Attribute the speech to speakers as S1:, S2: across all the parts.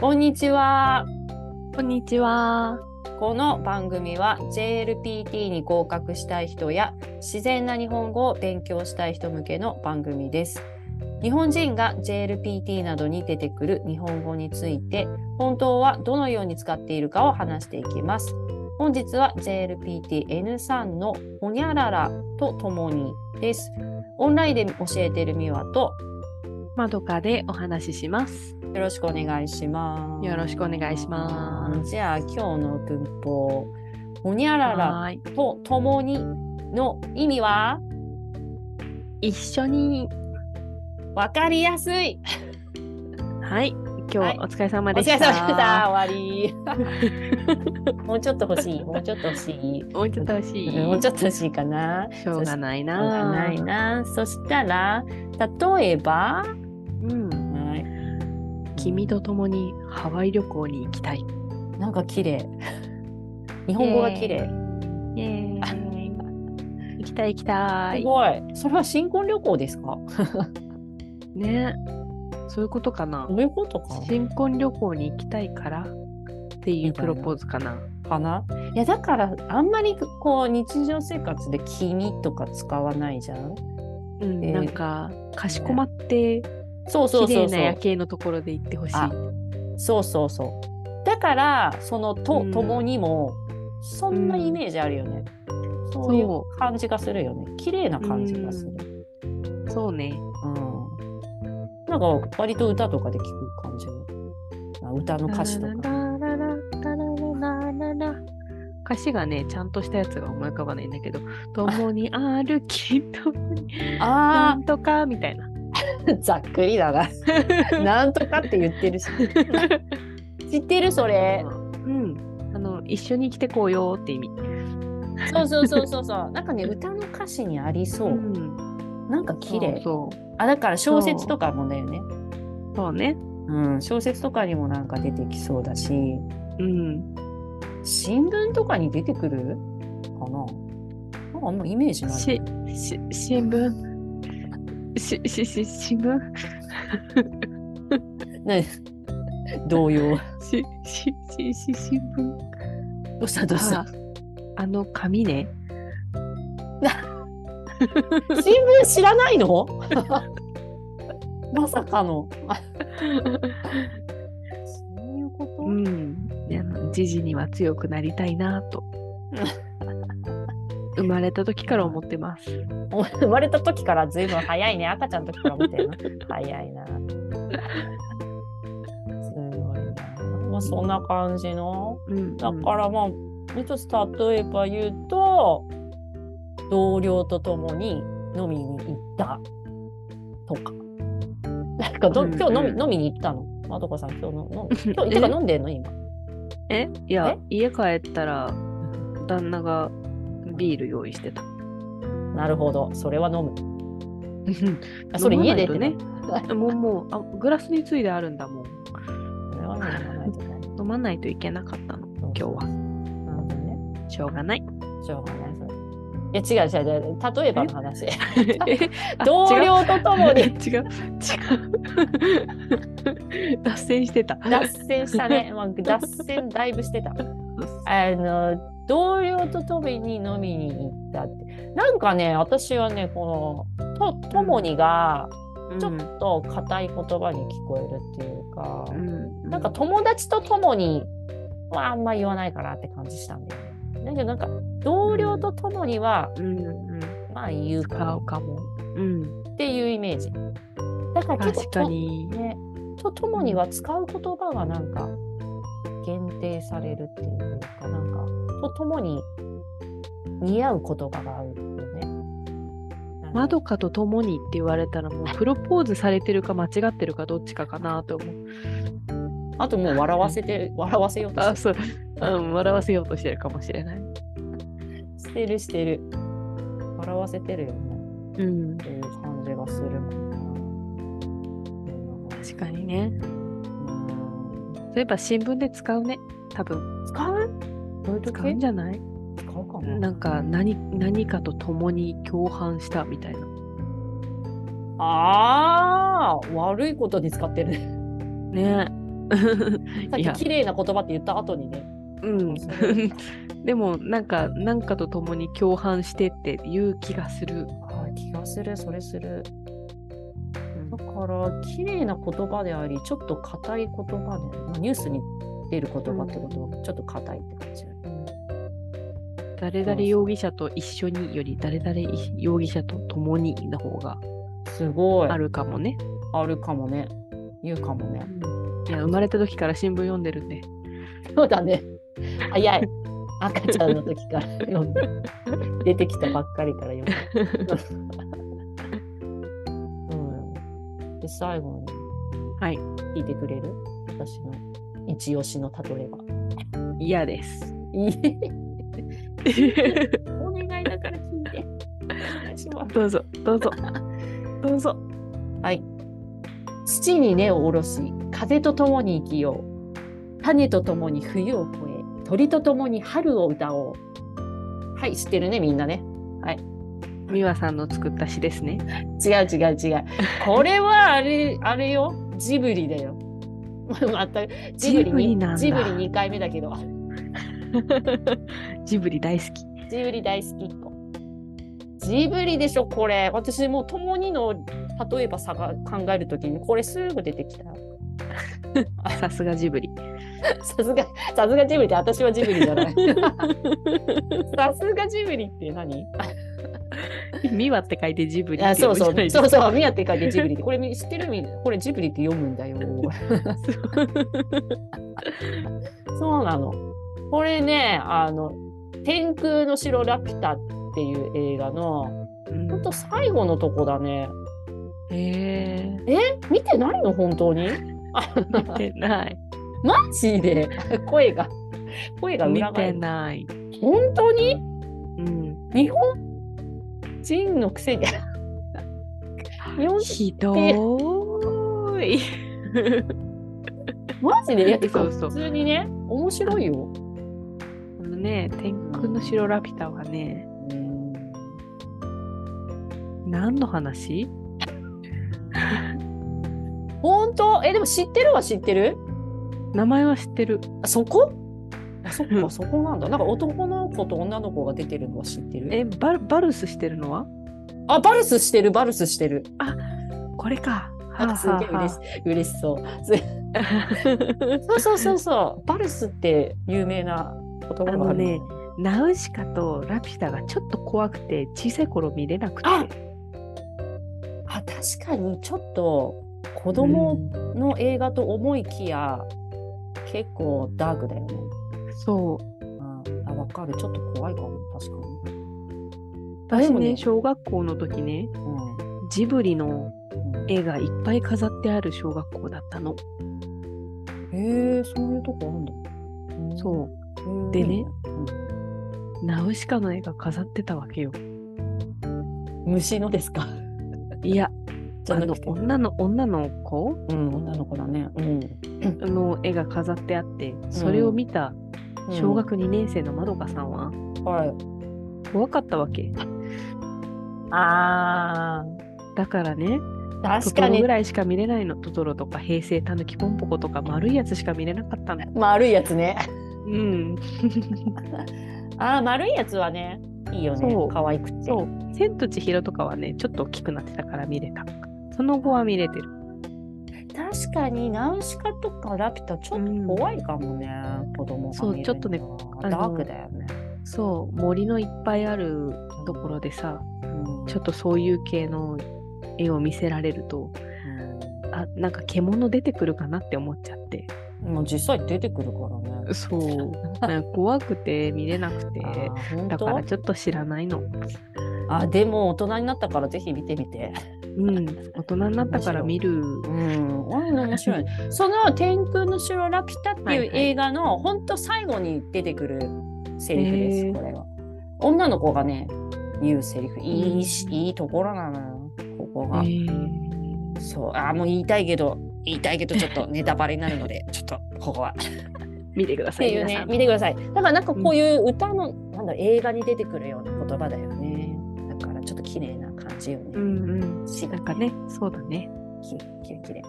S1: こんにちは。
S2: こんにちは。
S1: この番組は JLPT に合格したい人や自然な日本語を勉強したい人向けの番組です。日本人が JLPT などに出てくる日本語について本当はどのように使っているかを話していきます。本日は JLPTN3 のほにゃららとともにです。オンラインで教えているみわと
S2: まどかでお話しします。
S1: よろしくお願いします。
S2: よろしくお願いします。
S1: じゃあ今日の文法「ほにゃらら
S2: はい。
S1: とともに」の意味は
S2: 一緒に。
S1: わかりやすい
S2: はい。今日お
S1: はい
S2: 疲れ様
S1: お疲
S2: で
S1: れ
S2: した。
S1: 様でした終わり もうちょっと欲しいもうちょっと欲しい
S2: もうちょっと欲しい。
S1: もうちょっと欲しいかな
S2: しょうがないな。
S1: ないなそしたら例えば、
S2: うん。
S1: はい、
S2: 君と共にハワイ旅行に行きたい。
S1: なんか綺麗日本語が綺麗、
S2: イエーイ。 行きたい行きた
S1: す
S2: い。
S1: ごいそれは新婚旅行ですか
S2: ね。そういうことかな
S1: ど。ういうことか
S2: 新婚旅行に行きたいからっていうプロポーズかな。
S1: かないやだからあんまりこう日常生活で「君」とか使わないじゃん
S2: うん、
S1: えー
S2: なんかかしこまって
S1: そうそ
S2: 綺
S1: うそ
S2: 麗
S1: うそ
S2: な
S1: う
S2: 夜景のところで行ってほしい。
S1: あそうそうそうだからそのと
S2: う
S1: 「
S2: ん
S1: ともに」もそんなイメージあるよね、そうい
S2: そう
S1: う感じがするよね綺麗な感じがする、
S2: そうね。
S1: うんなんか割と歌とかで聞く感じのあ歌の歌詞とか
S2: 歌詞がね、ちゃんとしたやつが思い浮かばないんだけど、共に歩き、共にな
S1: あ
S2: んとかみたいな。
S1: ーざっくりだ ななんとかって言ってるし 知ってるそれ
S2: うん。あの、一緒に来てこうよって意味。
S1: そうそうそうそうそう。なんかね歌の歌詞にありそう。
S2: ん。
S1: なんか綺麗。
S2: そう
S1: あだから小説とかもだよね。
S2: そう。そうね。
S1: うん小説とかにもなんか出てきそうだし、
S2: うん。
S1: 新聞とかに出てくるかな。なんかあんまイメージない。
S2: し、し、新聞。し、し、し、新聞
S1: ね動揺。
S2: し、し、し、し、新聞。
S1: どうしたどうした
S2: あ。あの紙ね。
S1: 新聞知らないの？ まさかの。 あそういうこ
S2: う
S1: と？
S2: ん、いや時事には強くなりたいな と生まれた時から思ってます。
S1: お 生まれた時からずいぶん早いね赤ちゃんの時からみたいな早いなすごいな、まあ、そんな感じの
S2: うん、
S1: だからまあもう一つ例えば言うと同僚と共に飲みに行ったとかなんかど
S2: うんうん
S1: 今日飲み,、飲みに行ったのまどかさん今日 の飲今日てか飲んでんの今
S2: えいや家帰ったら旦那がビール用意してた。
S1: なるほどそれは飲むあそれ家で
S2: 飲まないとね。もうもうあグラスについであるんだもん。
S1: それは飲まないとね
S2: 飲まないといけなかったの
S1: 今
S2: 今日は。
S1: なるほどね
S2: しょうがない。
S1: しょうがないそれ。いや違う違う違う例えばの話
S2: あ
S1: 同僚と 共
S2: 違
S1: に
S2: う違う違う脱線してた。
S1: 脱線したねまあ脱線だいぶして たあの同僚と共に飲みに行ったってなんかね私はねこの「と共に」がちょっと硬い言葉に聞こえるっていうか、
S2: うん、
S1: なんか友達と共にはあんま言わないかなって感じしたんだよねだけどなんか同僚と共には
S2: うんうん
S1: まあ言うか
S2: 使
S1: な
S2: うかも。うん、
S1: っていうイメージだから結構
S2: 確かに。
S1: ね、とともには使う言葉がなんか限定されるっていうかなんかとともに似合う言葉があるよね。
S2: まどかと共にって言われたらもうプロポーズされてるか間違ってるかどっちかかなと思う。
S1: あともう笑わせて笑わせようと
S2: あ
S1: し
S2: そう、うん、笑わせようとしてるかもしれない。
S1: てるしてる笑わせてるよね
S2: うん
S1: っ、ていう感じがするもんな。
S2: 確かにね。
S1: うん
S2: そういえば新聞で使うね。多分
S1: 使うどういう時
S2: 使うんじゃない
S1: 使うかな
S2: なんか何何かと共に共犯したみたいな。
S1: ああ悪いことに使ってるね。
S2: ね
S1: さっ
S2: い
S1: き
S2: や
S1: 綺麗な言葉って言った後にね。
S2: うん
S1: そうそれ
S2: でもなんかなんかと共に共犯してっていう気がする、
S1: あー気がする、それする。
S2: うん
S1: だから、綺麗な言葉であり、ちょっと硬い言葉で、まあ、ニュースに出る言葉ってことは、ちょっと硬いって感じだね。
S2: 誰々容疑者と一緒により誰々容疑者と共にの方が
S1: すごい。
S2: あるかもね、
S1: あるかもね。言うかもね。
S2: いや生まれた時から新聞読んでるんで
S1: そうだね。早い。赤ちゃんの時から読んで、出てきたばっかりから読んで。うん、で、最後に
S2: はい
S1: 聞いてくれる私の一押しの例えば。
S2: 嫌 です
S1: いいお願いだから聞い て。お願いします
S2: どうぞどうぞどうぞ
S1: はい。土に根を下ろし、風と共に生きよう。種と共に冬を越え、鳥と共に春を歌おう。はい、知ってるね、みんなね。
S2: 美和さんの作った詩ですね
S1: 違う違う違 う。これはあれ、あれよ。ジブリだよ。 またジブリ
S2: ジブリ
S1: に
S2: なんだ
S1: ジブリ2回目だけど、
S2: ジブリ大好き
S1: ジブリ大好きっ子。ジブリでしょ、これ。私もう共にの例えばさが考えるときに、これすぐ出てきた。
S2: さすがジブリ
S1: さすが、さすがジブリって、私はジブリじゃ ない。さすがジブリって何
S2: 美和って書いてジブリ
S1: あ
S2: って
S1: そ
S2: 読
S1: う
S2: むじ
S1: そ、
S2: ゃないうです
S1: そ
S2: か
S1: うそう、宮って書いてジブリって、これみ知ってるみんなこれジブリって読むんだよ。そうなの。これね、あの、天空の城ラピュタっていう映画の、
S2: うん
S1: ほんと最後のとこだね。
S2: へえ
S1: 見てないの本当に
S2: 見てない
S1: マジで声が、声が
S2: 見
S1: 裏返
S2: て
S1: る。
S2: ない、
S1: 本当に
S2: うん、
S1: 日本人のくせに 日本人
S2: ひどーい
S1: マジでいや
S2: そうそう
S1: 普通にね面白いよ。
S2: あのね、天空の城ラピュタはね、何の話
S1: 本当えでも知ってるは知ってる
S2: 名前は知ってる。
S1: あそ こあそっかそこなんだなんか男の子と女の子が出てるのは知ってる
S2: え、バルバルスしてるのは
S1: あバルスしてるバルスしてる
S2: これか。
S1: なんかすげえ嬉し嬉しそうす そうそうそうそうバルスって有名な言葉があ
S2: あの
S1: るの
S2: ねナウシカとラピュタがちょっと怖くて、小さい頃見れなくて。
S1: ああ確かにちょっと子供の映画と思いきや、結構ダークだよね。
S2: うんそう。
S1: うんあ、わかる。ちょっと怖いかも、確かあで
S2: 私
S1: も
S2: ね
S1: ね
S2: 小学校の時ね、
S1: に。うん
S2: ジブリの
S1: うん
S2: 絵がいっぱい飾ってある小学校だったの。
S1: へえ、そういうとこあるんだ。うん
S2: そう。
S1: うん
S2: でねナウシカの絵が飾ってたわけよ。
S1: 虫の ですか
S2: いや、
S1: じゃ
S2: あ
S1: な
S2: の
S1: くて、
S2: 女の女の子
S1: うん、女の子だね。うん。
S2: の絵が飾ってあって、それを見た小学2年生のまどかさんは
S1: うんはい。
S2: 怖かったわけ
S1: あ
S2: だからね
S1: ー、
S2: ト
S1: 確
S2: ト
S1: か
S2: ロ
S1: に
S2: ぐらいしか見れないのトトロとか平成たぬきぽんぽことか丸いやつしか見れなかったの
S1: 丸いやつ ね。
S2: うん
S1: あー、丸いやつはね、いいよね
S2: そう。
S1: 可愛くて。
S2: そう「千と千尋」とかはねちょっと大きくなってたから見れたその後は見れてる
S1: 確かにナウシカとかラピュタちょっと怖いかもね、子供が見るには
S2: そうちょっとね
S1: ダ
S2: あの
S1: ークだよね、
S2: そう森のいっぱいあるところでさ
S1: うん
S2: ちょっとそういう系の絵を見せられるとあなんか獣出てくるかなって思っちゃって
S1: うんもう実際出てくるからね
S2: そう なんか怖くて見れなくて
S1: あー本
S2: だ
S1: 当
S2: からちょっと知らないの
S1: あでも大人になったからぜひ見てみて
S2: うん、大人になったから見る。
S1: うん面白 いその「天空の城ラピュタ」って
S2: はいいうはい
S1: 映画の本当最後に出てくるセリフです、
S2: へー
S1: これは女の子がね言うセリフいいし、
S2: うん
S1: いいところなのよここが、
S2: ー
S1: そう、あーもう言いたいけど、言いたいけど、ちょっとネタバレになるので、ちょっとここは。っ
S2: 見てくださ
S1: て
S2: い。
S1: いうね
S2: 皆さ、ん
S1: 見てください。だからなんかこういう歌の、なんだろう映画に出てくるような言葉だよね。だからちょっと綺麗な感じよね。
S2: うんうん。
S1: し
S2: なんかね、そうだね。
S1: ききれいきれい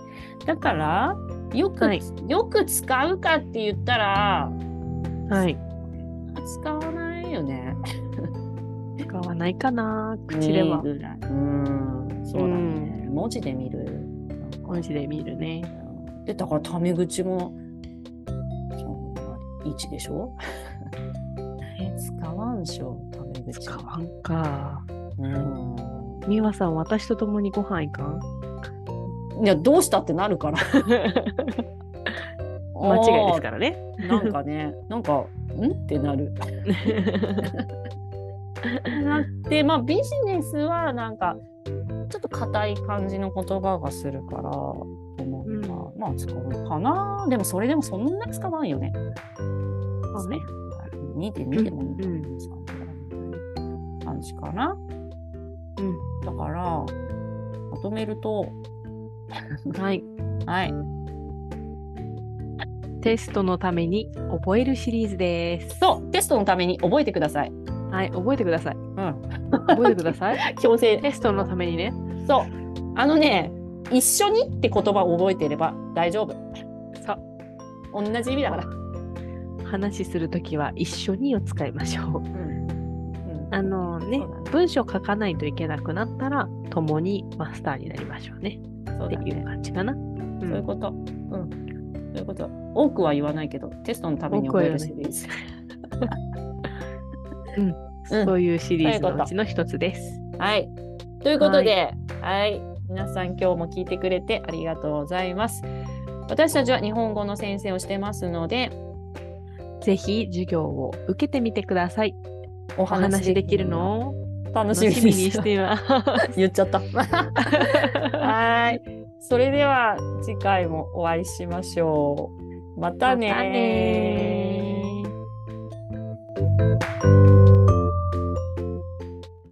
S1: だからよく、
S2: はい
S1: よく使うかって言ったら
S2: はい。
S1: 使わないよね。
S2: 使わないかな。口では
S1: 見。るぐらいうんそうだね、文字で見る。
S2: 文字で見るね。
S1: でだからタメ口もそう1でしょ使わんしょタメ口。
S2: 使わんか。
S1: うん
S2: 美和さん、私と共にご飯行かん
S1: いやどうしたってなる から
S2: 間違いですかららね。
S1: なんかねなんかんってな るでまあビジネスはなんかちょっと硬い感じの言葉がするから思うが、まあ使うかなでもそれでもそんな使わんよね
S2: そうね。
S1: 2点2点も
S2: うんうん
S1: 2感じかな
S2: うん。
S1: だからまとめると
S2: はい。
S1: はい
S2: テストのために覚えるシリーズです。
S1: そうテストのために覚えてください
S2: はい、覚えてください。
S1: ん
S2: 覚えてくださ い。
S1: 強制
S2: テストのためにね。
S1: そうあのね一緒にって言葉を覚えてれば大丈夫
S2: そう。
S1: 同じ意味だから、
S2: 話するときは一緒にを使いましょ
S1: う
S2: う。
S1: ん
S2: あのね
S1: そうだね、
S2: 文章書かないといけなくなったら、共にマスターになりましょうね。
S1: そう
S2: って
S1: だ
S2: いう
S1: ね
S2: 感じかな。うん
S1: そういうことうんそういうこと多くは言わないけどテストのために覚えるシリーズうん
S2: そういうシリーズのうちの一つです。
S1: はい。ということで、はい、皆さん今日も聞いてくれてありがとうございます。私たちは日本語の先生をしてますので、
S2: ぜひ授業を受けてみてください。
S1: お
S2: お話できるのを
S1: 楽
S2: 楽
S1: しみ
S2: しみ
S1: に
S2: に
S1: し。
S2: してています。
S1: 言っちゃった。はい。それでは次回もお会いしましょう。またね
S2: またねー